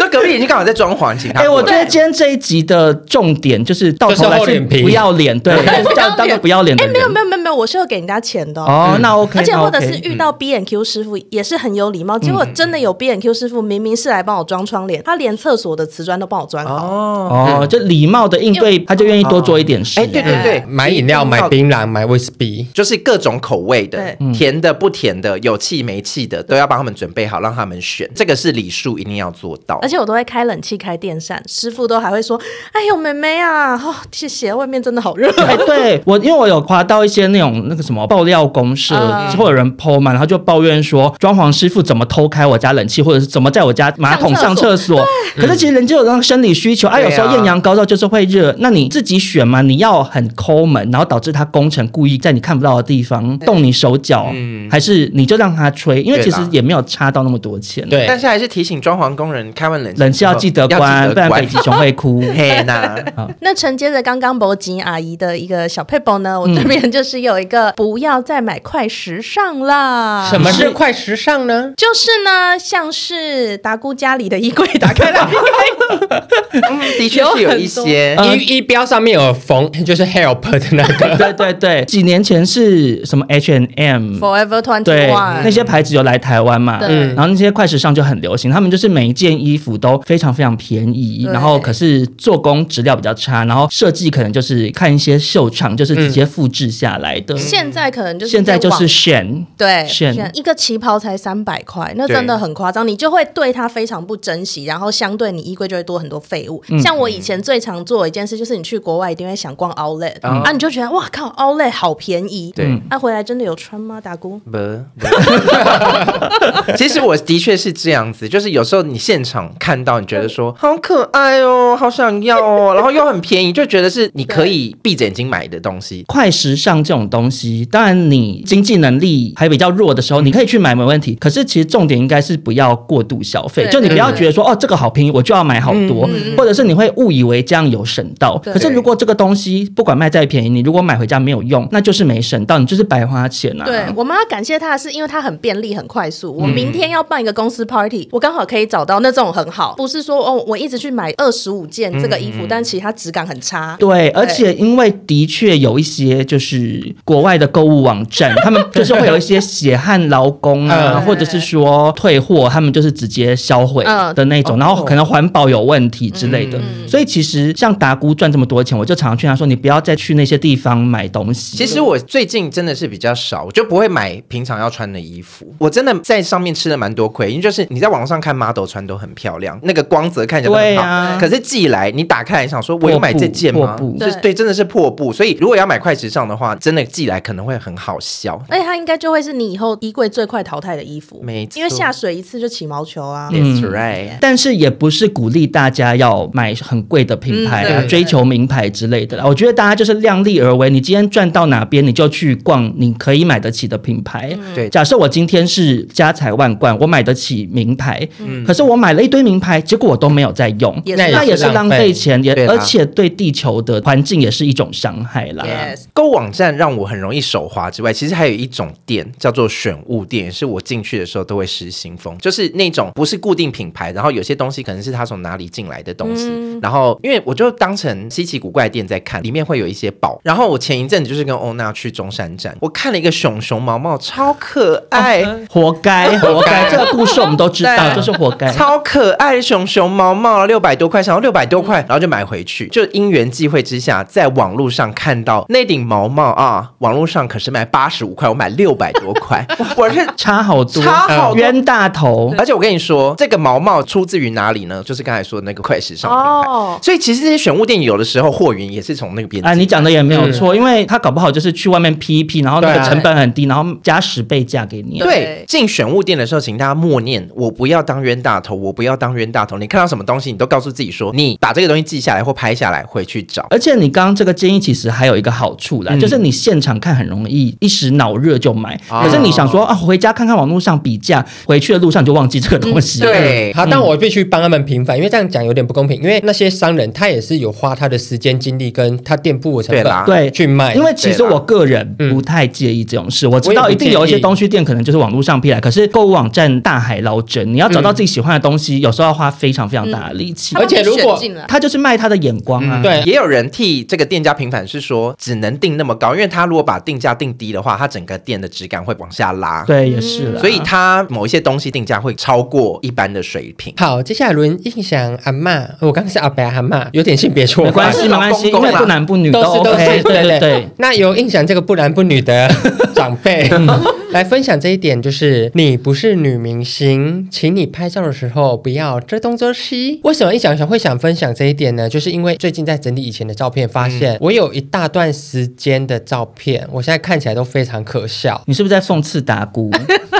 那隔壁已经刚好在装潢，请他哎、过来。我觉得今天这一集的重点就是到头来就是厚是脸皮不要脸，对，叫当个不要脸哎、的没有人。没有没有没有，我是有给人家钱的哦、哦，那 OK，而且那或者 OK 是遇到 B N Q 师傅也是很有礼貌，结果真的有 B N Q 师傅明明是来帮我装窗帘，他连厕所的瓷砖都帮我装好。哦，哦，就礼貌的应对，他就愿意多做一点事。哎，对对对，嗯买饮料、买槟榔、买威士忌，就是各种口味的对，嗯甜的、不甜的，有气没气的，都要帮他们准备好，让他们选。这个是礼数一定要做到而。且我都会开冷气、开电扇，师傅都还会说：“哎呦，妹妹啊，哦，谢谢，外面真的好热。哎，对我，因为我有划到一些那种那个什么爆料公社，嗯会有人 PO 嘛，然后就抱怨说装潢师傅怎么偷开我家冷气，或者是怎么在我家马桶上上厕厕所。可是其实人家有那种生理需求，啊，对啊有时候艳阳高照就是会热，那你自己选嘛，你要很抠门，然后导致他工程故意在你看不到的地方动你手脚，还是你就让他吹，因为对其啦实也没有差到那么多钱。，对，但是还是提醒装潢工人开完冷气冷气要记得关，要记不得然北关极。熊会哭。 嘿 呐， 那承接着刚刚博吉阿姨的一个小配宝呢，我嗯这边就是有一个不要再买快时尚啦。什么是快时尚呢？就是呢，像是达姑家里的衣柜打 开来，嗯，的确是有一些有。呃衣衣标上面有缝， 就是 help 的那个。对对对，几年前是什么 H and M。 Forever Twenty 对，那 One，些牌子有来台湾嘛，嗯对然后那些快时尚就很流行，他们就是每一件衣服都非常非常便宜，对然后可是做工质量比较差，然后设计可能就是看一些秀场，就是直接复制下来的。嗯现在可能就是现在就网是 Shen，对，炫炫一个旗袍才三百块，那对真的很夸张，你就会对它非常不珍惜，然后相对你衣柜就会多很多废物。嗯像我以前最常做的一件事，就是你去国外一定会想逛 Outlet，、嗯啊，你就觉得哇靠，Outlet 好便宜，对嗯啊，回来真的有穿吗，大姑？不，不 其实我的确是这样子，就是有时候你现场看到，你觉得说好可爱哦，好想要哦，然后又很便宜，就觉得是你可以闭着眼睛买的东西。快时尚这种东西，当然你经济能力还比较弱的时嗯候，你可以去买没问题。可是其实重点应该是不要过度消费，对就你不要对嗯觉得说哦这个好便宜我就要买好多，或者是你会误以为这样有省到。对可是如果这个东西不管卖再便宜，你如果买回家没有用，那就是没省到，你就是白花钱啊。对我们要感谢它，是因为它嗯很便利、很快速。我明天要办一个公司 party，我刚好可以找到那种很好，不是说哦，我我一直去买二十五件这个衣嗯服，但其实它质感很差。对，而且因为的确有一些就是国外的购物网 站，他们就是会有一些血汗劳工啊，嗯或者是说退货，他们就是直接销毁嗯的那种，然后可能环保有问题之类的。嗯所以其实像达姑赚这么多钱，我就常常劝他说，你不要再去那些地方买东西。其实我最近真的是比较少，我就不会买平常要穿的衣服。我真的在上面吃了蛮多亏，因为就是你在网上看 model 穿都很漂亮，那个光泽看起来都对很好。啊，嗯可是寄来，你打开来想说，我有买这件吗破布？就是对对，真的是破布。所以如果要买快时尚的话，真的寄来可能会很好笑。而且它应该就会是你以后衣柜最快淘汰的衣服，没错因为下水一次就起毛球啊。嗯 That's right。但是也不是鼓励大家要买很贵的品牌啊，嗯对追求名牌之类的啦。我觉得大家就是量力而为，你今天赚到哪边，你就去逛你可以买得起的品牌。嗯对假设我今天是家财万贯，我买得起名牌，嗯可是我买了一堆名牌，结果我都没有在用。也那那也也是是浪浪费费钱，也对啦而且对地球的环境也是一种伤害啦。 Yes，购物啊网站让我很容易手滑之外，其实还有一种店叫做选物店，也是我进去的时候都会失心疯，就是那种不是固定品牌，然后有些东西可能是他从哪里进来的东西，然后因为我就当成稀奇古怪店在看，里面会有一些宝。然后我前一阵子就是跟欧娜去中山站，我看了一个熊熊毛毛，超可爱。活该，活该！这个故事我们都知道，对就是活该。超可爱，熊熊毛毛六百多块，想要六百多块，然后就买回去。就因缘际会之下，在网络上看到那顶毛毛啊，网络上可是卖八十五块，我买六百多块，我是。差好多，差好多冤大头。而且我跟你说，这个毛毛出自于哪里呢？就是刚才说的那个快时尚品牌。哦，所以其实这些选物店有的时候货源也是从那个边啊，你讲的也没有错，因为他搞不好就是去外面批一批，然后那对个啊成本很低，然后加十倍价给你。啊对对，进选物店的时候，请大家默念：我不要当冤大头，我不要当冤大头。你看到什么东西，你都告诉自己说，你把这个东西记下来或拍下来，回去找。而且你刚刚这个建议其实还有一个好处啦，嗯就是你现场看很容易一时脑热就买，哦可是你想说啊，回家看看网络上比价，回去的路上就忘记这个东西。嗯对，好，但我必须帮他们平反，因为这样讲有点不公平。因为那些商人他也是有花他的时间、精力跟他店铺的成对啦本对去 卖，因为其实对啦我个人不太介意这种事，我知道我一也不定有一介些意东西店可能就是网络上批来，可是购物网站大海捞针，你要找到自己喜欢的东西，有时候要花非常非常大的力气。他们而且如果被选进来。他就是卖他的眼光啊，对嗯也有人替这个店家平反，是说只能定那么高，因为他如果把定价定低的话，他整个店的质感会往下拉。，对，也是了。所以他某一些东西定价会超过一般的水平。好，接下来轮印象阿嬷，我刚刚是阿伯阿嬷，有点性别错没乱。关系，是没老关系，因公公为啦不男不女都是都 OK，是，对对对 对。。。那有印象这个不男不女的长辈来分享这一点，就是你不是女明星，请你拍照的时候不要遮东遮西。为什么印象想会想分享这一点呢？就是因为最近在整理以前的照片，发现嗯我有一大段时间的照片，我现在看起来都非常可笑你是不是在讽刺达姑？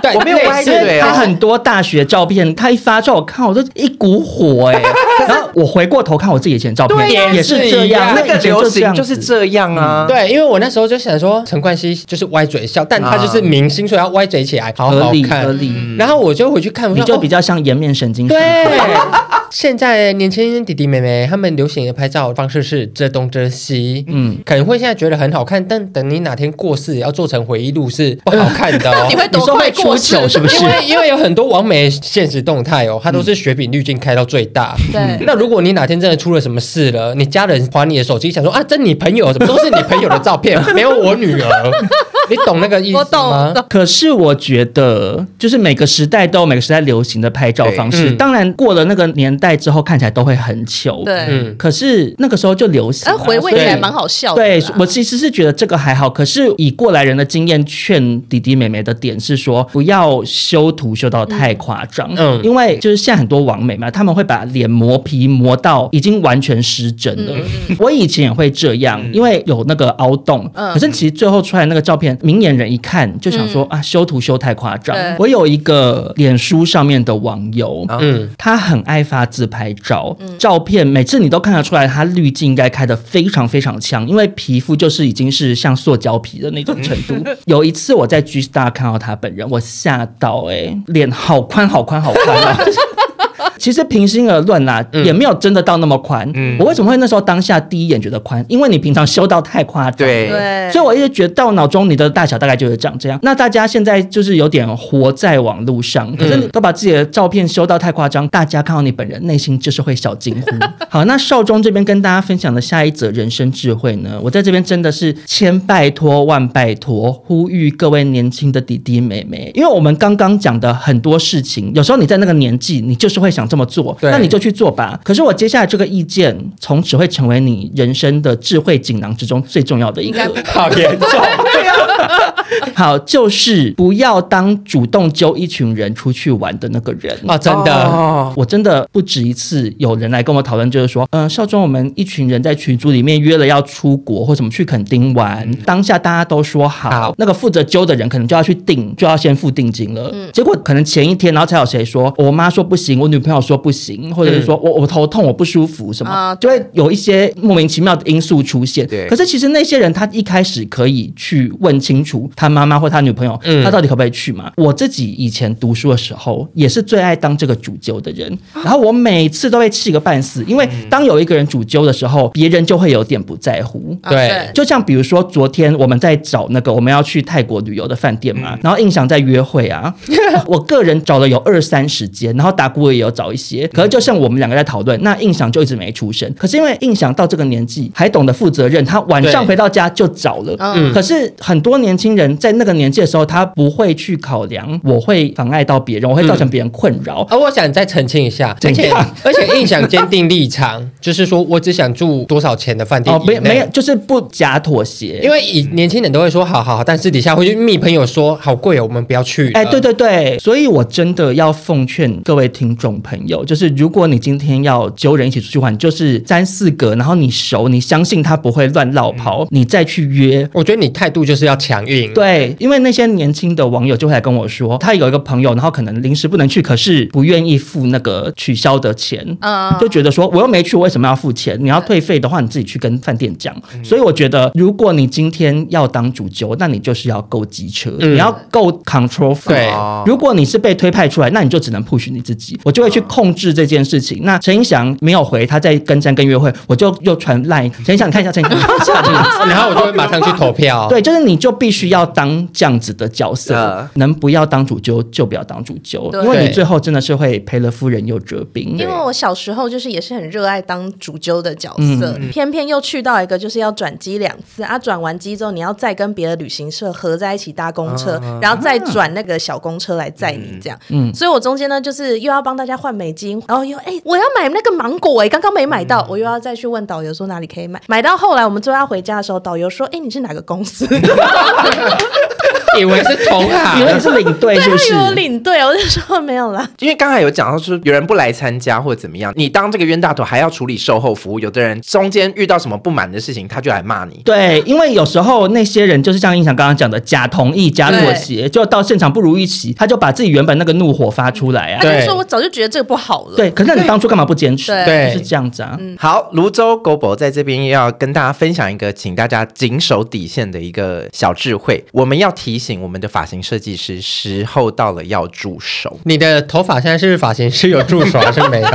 对，我没有类似歪因为对他啊很多大学照片，他一发照，我看我都一股火哎、然后我回过头看我自己以前照片，对呀也是这样，嗯是那因为一个以前流这行样就是子。这样啊。对，因为我那时候就想说，陈冠希就是歪嘴笑，但他就是明星，所以要歪嘴起来，好啊合好理合看。理，嗯然后我就回去看，我你说就哦比较像颜面神经。对，啊现在年轻弟弟妹妹他们流行的拍照方式是遮东遮西，嗯嗯，可能会现在觉得很好看，但等你哪天过世，也要做成回忆录是不好看的哦你会你多说快会出过世糗是不是嗯因？为因为有很多完美的现实动态哦，它都是雪饼滤镜开到最大。对，那如果你哪天真的出了什么事了，你家人划你的手机，想说啊，这你朋友怎么都是你朋友的照片，没有我女 儿，你懂那个意思吗？我懂我懂可是我觉得，就是每个时代都有每个时代流行的拍照方式。对嗯当然，过了那个年代之后，看起来都会很糗。对，嗯，可是那个时候就流行、哎，啊，回味所以起来蛮好笑的啊对啦。我其实是觉得这个还好，可是以过来人的经验劝弟弟妹妹的点是说，不要修图修到太夸张，嗯嗯，因为就是现在很多网美嘛，他们会把脸磨皮磨到已经完全失真了。嗯我以前也会这样，因为有那个凹洞，嗯可是其实最后出来那个照片，明眼人一看就想说、啊，修图修太夸张嗯对。我有一个脸书上面的网友，啊嗯，他很爱发自拍照，照片每次你都看得出来，他滤镜应该开得非常非常强，因为皮肤就是已经是像塑胶皮的那种程 度。有一次我在 G Star 看到他本人，我吓到哎、欸，脸好宽好宽好宽啊！其实平心而论啦，嗯也没有真的到那么宽。我为什么会那时候当下第一眼觉得宽？因为你平常修到太夸张。对对，所以我一直觉得到脑中你的大小大概就是长这样。那大家现在就是有点活在网络嗯上，可是你都把自己的照片修到太夸张，大家看到你本人内心就是会小惊 呼。好，那少中这边跟大家分享的下一则人生智慧呢，我在这边真的是千拜托万拜托，呼吁各位年轻的弟弟妹妹，因为我们刚刚讲的很多事情，有时候你在那个年纪，你就是会想这么做，对那你就去做吧。可是我接下来这个意见，从此会成为你人生的智慧锦囊之中最重要的一应个。该好 严重，好，就是不要当主动揪一群人出去玩的那个人。 哦，真的，哦我真的不止一次有人来跟我讨论，就是说，嗯、少中，我们一群人在群组里面约了要出国或怎么去垦丁玩，当下大家都说好，嗯好那个负责揪的人可能就要去订，就要先付定金了。嗯结果可能前一天，然后才有谁说，我妈说不行，我女朋友说不行，或者是说、嗯我我头痛，我不舒服什么，啊就会有一些莫名其妙的因素出现。对可是其实那些人他一开始可以去问清楚他妈妈或他女朋友，嗯他到底可不可以去嘛？我自己以前读书的时候也是最爱当这个主揪的人，然后我每次都被气个半死，因为当有一个人主揪的时候，别人就会有点不在乎。啊对就像比如说，昨天我们在找那个我们要去泰国旅游的饭店嘛，然后印象在约会啊，我个人找了有二三十间，然后达姑也有找一些，可是就像我们两个在讨论，那印象就一直没出声。可是因为印象到这个年纪还懂得负责任，他晚上对回到家就找了，嗯可是很多年轻人在那个年纪的时候，他不会去考量我会妨碍到别人，我会造成别人困扰。而啊我想再澄清一下，而怎且样而且印象坚定 立场，就是说我只想住多少钱的饭店哦，没以内没有，就是不假妥协，因为以年轻人都会说好好好，但私底下会去密朋友说好贵哦，我们不要去。哎，对，对对，所以我真的要奉劝各位听众朋友，就是如果你今天要揪人一起出去玩，就是三四个，然后你熟，你相信他不会乱绕跑，你再去约。我觉得你态度就是要强硬。，对，因为那些年轻的网友就会来跟我说，他有一个朋友，然后可能临时不能去，可是不愿意付那个取消的钱，嗯就觉得说我又没去，我为什么要付钱？你要退费的话，你自己去跟饭店讲。所以我觉得，如果你今天要当主揪，那你就是要够机车，嗯你要够 control freak 对哦如果你是被推派出来，那你就只能 push 你自己，我就会去控制这件事情。那陈英祥没有回，他在跟山跟约会，我就又传赖陈英祥，你看一下，陈英祥你看一下，这样子然后我就会马上去投票。，哦对，就是你就必须要当这样子的角色，嗯能不要当主揪就不要当主揪，对因为你最后真的是会赔了夫人又折兵。因为我小时候就是也是很热爱当主揪的角嗯色，偏偏又去到一个就是要转机两次啊，转完机之后你要再跟别的旅行社合在一起搭公车，然后再转那个小公车来载你这样。啊嗯所以我中间呢就是又要帮大家换美金，然后又哎、我要买那个芒果哎、刚刚没买嗯到，我又要再去问导游说哪里可以买。买到后来我们最后要回家的时候，导游说哎、你是哪个 公司？以为是同因为你行。是领队，是不他有是？领队，我就说没有啦。因为刚才有讲到说有人不来参加或者怎么样，你当这个冤大头还要处理售后服务，有的人中间遇到什么不满的事情，他就来骂你。对，因为有时候那些人就是像印象刚刚讲的，假同意、假妥对协，就到现场不如预期，他就把自己原本那个怒火发出来啊他。就对说我早就觉得这个不好了。对，可是那你当初干嘛不坚持？对就是这样子啊。嗯好，泸州狗博在这边要跟大家分享一个，请大家谨守底线的一个小智慧。我们要提醒我们的发型设计师，时候到了要住手。你的头发现在是发型师有助手还是没 有？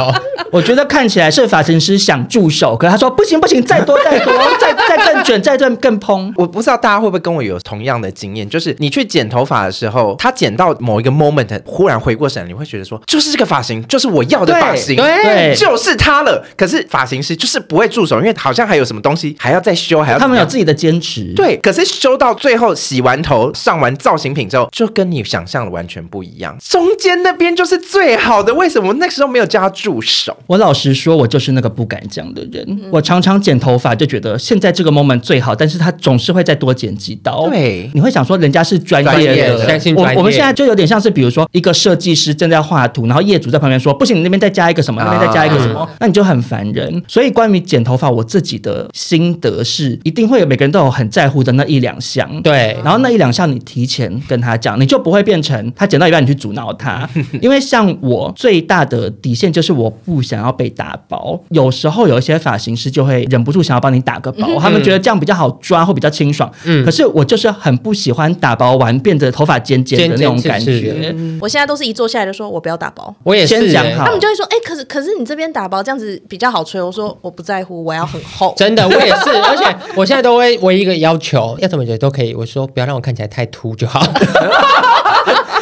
我觉得看起来是发型师想助手，可是他说不行不行，再多再多，再再更卷，再更更蓬。我不知道大家会不会跟我有同样的经验，就是你去剪头发的时候，他剪到某一个 moment，忽然回过神，你会觉得说，就是这个发型，就是我要的发型，对对就是它了。可是发型师就是不会住手，因为好像还有什么东西还要再修，还要他们有怎自己的坚持。么样对。可是修到最后，洗完头、上完造型品之后，就跟你想象的完全不一样。中间那边就是最好的，为什么那时候没有叫他住 手？我老实说，我就是那个不敢讲的人。我常常剪头发就觉得现在这个 moment 最好，但是他总是会再多剪几刀。对你会想说人家是专业专业的，的相信我专业我们现在就有点像是，比如说一个设计师正在画图，然后业主在旁边说不行，你那边再加一个什么，那啊边再加一个什么，那你就很烦人。所以关于剪头发，我自己的心得是，一定会有每个人都有很在乎的那一两项。对然后那一两项你提前跟他讲，你就不会变成他剪到一半你去阻挠他。因为像我最大的底线就是我不想要被打包，有时候有一些发型师就会忍不住想要帮你打个包，他们觉得这样比较好抓，会比较清爽。可是我就是很不喜欢打包完变得头发尖尖的那种感尖尖觉。我现在都是一坐下来就说我不要打包。我也是、先讲欸好他们就会说：“哎、可是可是你这边打包这样子比较好吹。”我说：“我不在乎，我要很厚。真的，我也 是，而且我现在都会唯一一个要求，要怎么剪都可以。我说不要让我看起来太秃就好。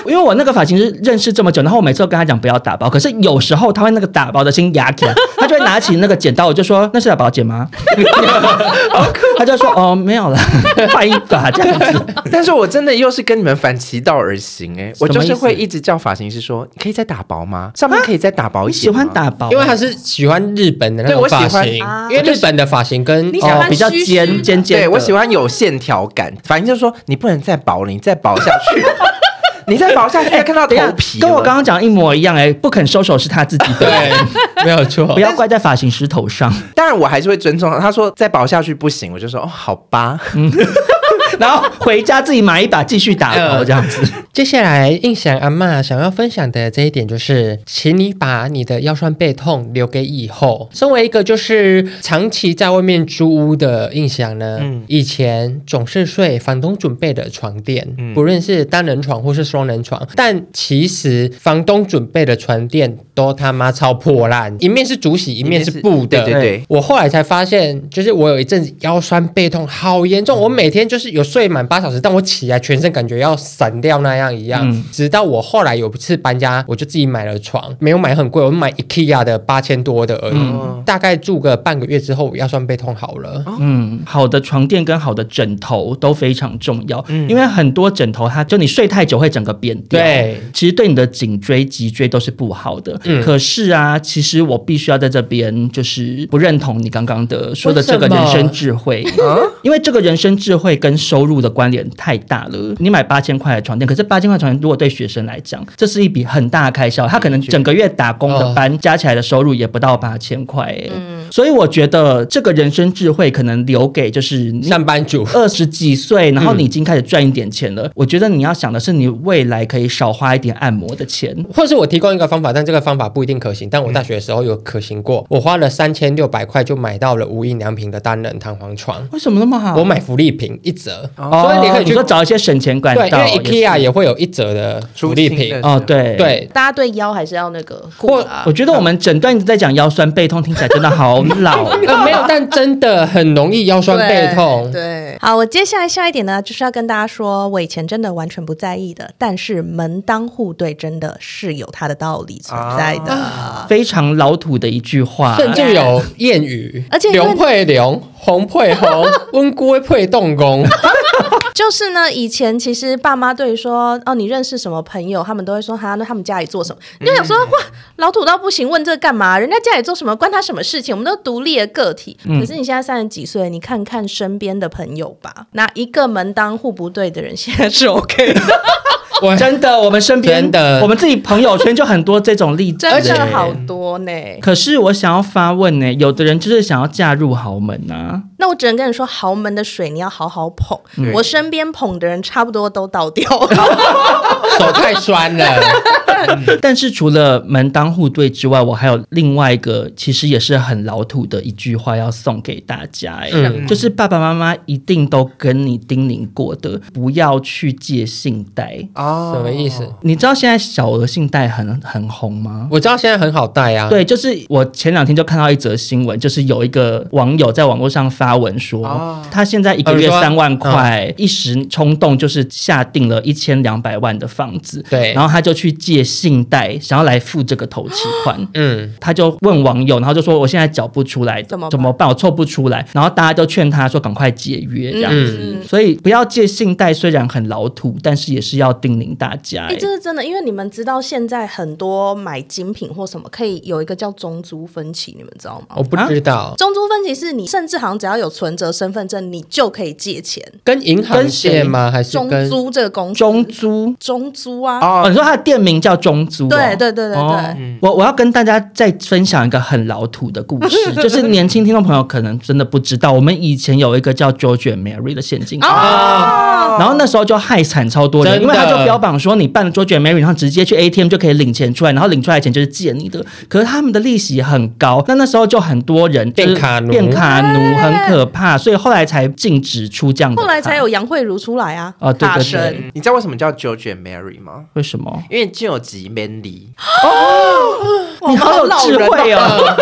因为我那个发型师认识这么久，然后我每次都跟他讲不要打包，可是有时候他会那个打包的心压起来，他就会拿起那个剪刀，我就说那是打包剪吗？ 他就说哦没有了，换一把这样子。但是我真的又是跟你们反其道而行哎、我什就么意思是会一直叫发型师说，你可以再打 薄吗？上面可以再打你薄一哦喜点吗。欢打薄，因为他是喜欢日本的那对种我喜发欢型，啊因为日本的发型跟你喜哦欢比较虚尖虚的尖尖的，对我喜欢有线条感，反正就是说你不能再薄了，你再薄下 去，你再薄下去要看到头等一下。皮了。跟我刚刚讲的一模一样哎、不肯收手是他自己的，对，没有错 不。要怪在发型师头 上。当然我还是会尊重他。他说再薄下去不行，我就说哦好吧。嗯 然后回家自己买一把继续打嗯包这样子。接下来，印象阿嬷想要分享的这一点就是，请你把你的腰酸背痛留给以后。身为一个就是长期在外面租屋的印象呢，以前总是睡房东准备的床垫，不论是单人床或是双人床，但其实房东准备的床垫都他妈超破烂，一面是竹席，一面是布的，对对对，我后来才发现，就是我有一阵子腰酸背痛好严重，我每天就是有睡满八小时，但我起来全身感觉要散掉那样一样。嗯直到我后来有一次搬家，我就自己买了床，没有买很贵，我买 IKEA 的八千多的而已。大概住个半个月之后，我腰酸背痛好了。嗯，好的床垫跟好的枕头都非常重要，嗯因为很多枕头它就你睡太久会整个扁掉，对，嗯其实对你的颈椎、脊椎都是不好的。可是啊，其实我必须要在这边就是不认同你刚刚的说的这个为什么人生智慧，因为这个人生智慧跟收入的关联太大了。你买八千块的床垫，可是八千块床垫如果对学生来讲，这是一笔很大的开销，他可能整个月打工的班加起来的收入也不到八千块、欸，所以我觉得这个人生智慧可能留给就是你上班族， 二十几岁，然后你已经开始赚一点钱了，我觉得你要想的是你未来可以少花一点按摩的钱。或是我提供一个方法，但这个方法不一定可行。但我大学的时候有可行过，我花了三千六百块就买到了无印良品的单人弹簧床。为什么那么好？我买福利品一折，哦，所以你可以去说找一些省钱管对，因道，为 IKEA 是也会有一折的福利出清品的，哦，对。对。大家对腰还是要那个顾啊我。觉得我们整段一直在讲腰酸背痛，听起来真的好老。 呃，没有，但真的很容易腰酸背痛。对，好，我接下来下一点呢，就是要跟大家说，我以前真的完全不在意的，但是门当户对真的是有它的道理存在的。啊非常老土的一句话，甚至有谚语，而且因为刘佩 玲、红佩红、温姑配动 工，就是呢，以前其实爸妈对于说哦，你认识什么朋友，他们都会说哈，那他们家里做什么？你就想说、哇，老土到不行，问这干嘛？人家家里做什么，关他什么事情？我们都独立的个体。可是你现在三十几岁，你看看身边的朋友吧，哪一个门当户不对的人现在是 OK 的？我真的，我们身边真的我们自己朋友圈就很多这种例子。真且的好多呢。可是我想要发问呢，有的人就是想要嫁入豪门啊，那我只能跟你说，豪门的水你要好好捧。我身边捧的人差不多都倒掉了。手太酸了。嗯但是除了门当户对之外，我还有另外一个，其实也是很老土的一句话要送给大家、哎、嗯就是爸爸妈妈一定都跟你叮咛过的，不要去借信贷。哦什么意思？你知道现在小额信贷很很红吗？我知道现在很好带啊，对，就是我前两天就看到一则新闻，就是有一个网友在网络上发文说，哦他现在一个月啊哦你说三万块，一时冲动就是下定了一千两百万的房子，对然后他就去借信贷，想要来付这个头期款。嗯，他就问网友，然后就说我现在缴不出来，怎么办怎么办？我凑不出来。然后大家都劝他说赶快解约这样子。嗯所以不要借信贷，虽然很老土，但是也是要叮咛大家、哎、欸这是真的，因为你们知道现在很多买精品或什么可以有一个叫中租分期，你们知道哦吗？我不知道，中租分期是你甚至好像只要有存折、身份证，你就可以借钱。跟银行借吗？还是中跟租这个公司，中租中租啊，哦，哦你，说他的店名叫中租、哦？对对对对对哦嗯我我要跟大家再分享一个很老土的故 事，就是年轻听众朋友可能真的不知道，我们以前有一个叫 George and Mary 的现金卡。啊，然后那时候就害惨超多人，真因的为他就标榜说你办了 George and Mary，然后直接去 ATM 就可以领钱出来，然后领出来的钱就是借你的。可是他们的利息很高，那那时候就很多人就是变卡奴变卡奴很可怕，所以后来才禁止出这样的卡。后来才有杨慧茹出来啊，啊对对大对神，你知道为什么叫 George and Mary 吗？为什么？因为就吉 Manly，你好有智慧哦！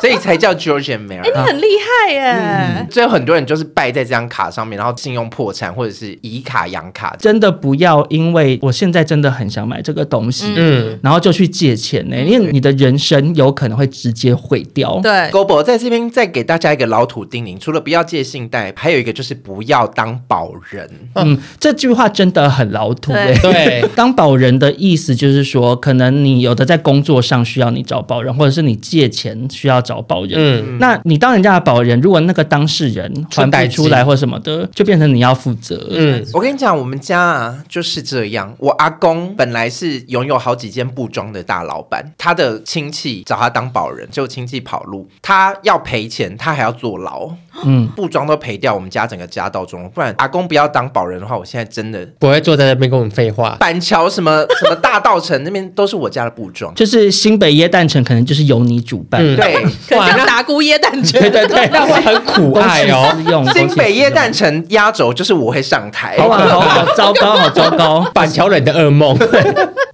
所以才叫 George and 哎，你啊 Mary。嗯很厉害耶！所以很多人就是败在这张卡上面，然后信用破产或者是以卡养卡。真的不要，因为我现在真的很想买这个东西，嗯，然后就去借钱呢、因为你的人生有可能会直接毁掉。对，狗博在这边再给大家一个老土叮咛，除了不要借信贷，还有一个就是不要当保人。嗯，这句话真的很老土哎、对对 当保人的意思就是说，可能你有的在工作上需要你找保人，或者是你借钱需要找保人。嗯，那你当人家的保人，如果那个当事人出还代不出金来或什么的，就变成你要负责。嗯，我跟你讲，我们家啊就是这样。我阿公本来是拥有好几间布庄的大老板，他的亲戚找他当保人，结果亲戚跑路，他要赔钱，他还要坐牢，嗯，布庄都赔掉，我们家整个家道中落。不然阿公不要当保人的话，我现在真的不会坐在那边跟我们废 话。板桥什么什么大道城那 边都是我家的布庄。就是新北耶诞城可能就是由你主办。嗯对，可能像打姑耶诞卷，对对对， 那会很苦爱 哦，公器私用新北耶诞城，城压轴就是我会上台。好啊，好好糟糕，好糟糕。板桥人的噩 梦。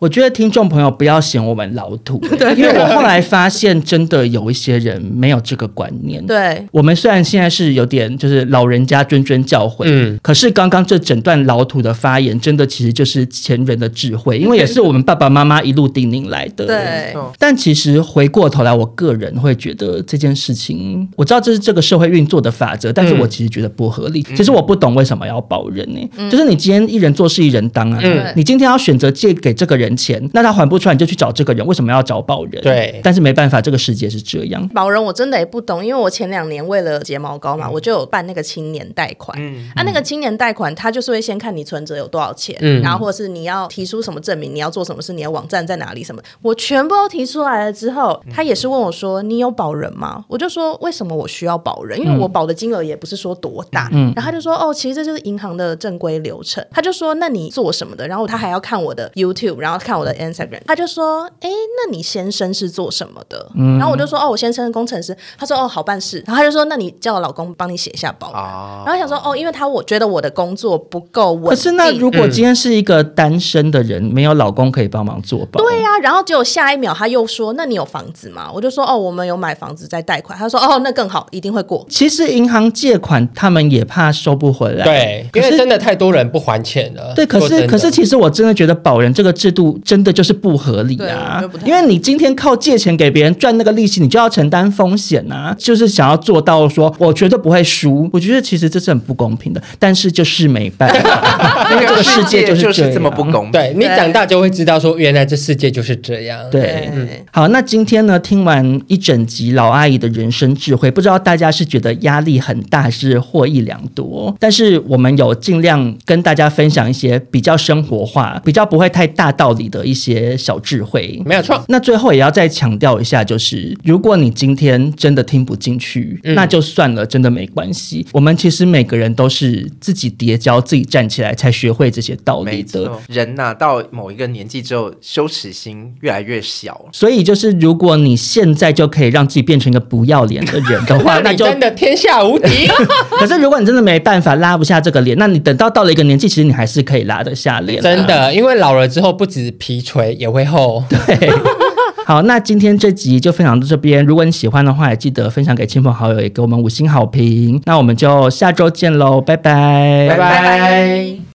我觉得听众朋友不要嫌我们老 土，因为我后来发现，真的有一些人没有这个观念。对，我们虽然现在是有点就是老人家谆谆教诲，嗯嗯，可是刚刚这整段老土的发言，真的其实就是前人的智慧，因为也是我们爸爸妈妈一路叮咛来的。对但其实回过头来，我个人会觉得这件事情，我知道这是这个社会运作的法则，但是嗯我其实觉得不合理。嗯其实我不懂为什么要保人呢、就是你今天一人做事一人当啊，嗯你今天要选择借给这个人钱，那他还不出来，你就去找这个人，为什么要找保人？对但是没办法，这个世界是这样。保人我真的也不懂，因为我前两年为了睫毛膏嘛，我就有办那个青年贷款。嗯啊，那个青年贷款，它就是会先看你存折有多少钱，嗯然后或者是你要提出什么证明，你要做什么事，你的网站在哪里，什么，我全部都提出来了之后，他也是问我说：“你有保人吗？”我就说：“为什么我需要保人？因为我保的金额也不是说多大。嗯然后他就说：“哦，其实这就是银行的正规流程。”他就说：“那你做什么的？”然后他还要看我的 YouTube，然后看我的 Instagram。他就说：“哎，那你先生是做什么的？”嗯然后我就说：“哦，我先生是工程师。”他说：“哦，好办事。”然后他就说：“那你叫我老公帮你写一下保单。啊然后想说，哦，因为他我觉得我的工作不够稳定。可是那如嗯果今天是一个单身的人，没有老公可以帮忙做保，对呀、啊然后结果下一秒他又说：“那你有房子吗？”我就说：“哦，我们有买房子在贷款。”他说：“哦，那更好，一定会过。其实银行借款他们也怕收不回来，对，可因为是真的太多人不还钱了。对，可说真是的可是，其实我真的觉得保人这个制度真的就是不合理啊对我觉得不，太因为你今天靠借钱给别人赚那个利息，你就要承担风险啊，就是想要做到说我绝对不会输，我觉得其实这是很不公平的，但是就是没办 法，因为这个世界就是就是这样么不公平。对你长大就会知道说，原来这世界就是这样。对，嗯好，那今天呢，听完一整集老阿姨的人生智慧，不知道大家是觉得压力很大，还是获益良多？但是我们有尽量跟大家分享一些比较生活化、比较不会太大道理的一些小智慧。没有错。那最后也要再强调一下，就是如果你今天真的听不进去，嗯那就算了，真的没关系。我们其实每个人都是自己叠跤、自己站起来才学会这些道理没的。错，人呐、到某一个年纪之后，羞耻心越来越小。所以就是，如果你现在就可以让自己变成一个不要脸的人的 话，那你就。真的天下 无敌。可是如果你真的没办法拉不下这个脸，那你等到到了一个年纪，其实你还是可以拉得下脸、真。的，因为老了之后不止皮垂也会厚。对。 好，那今天这集就分享到这边。如果你喜欢的话，也记得分享给亲朋好友，也给我们五星好评。那我们就下周见喽，拜拜，拜拜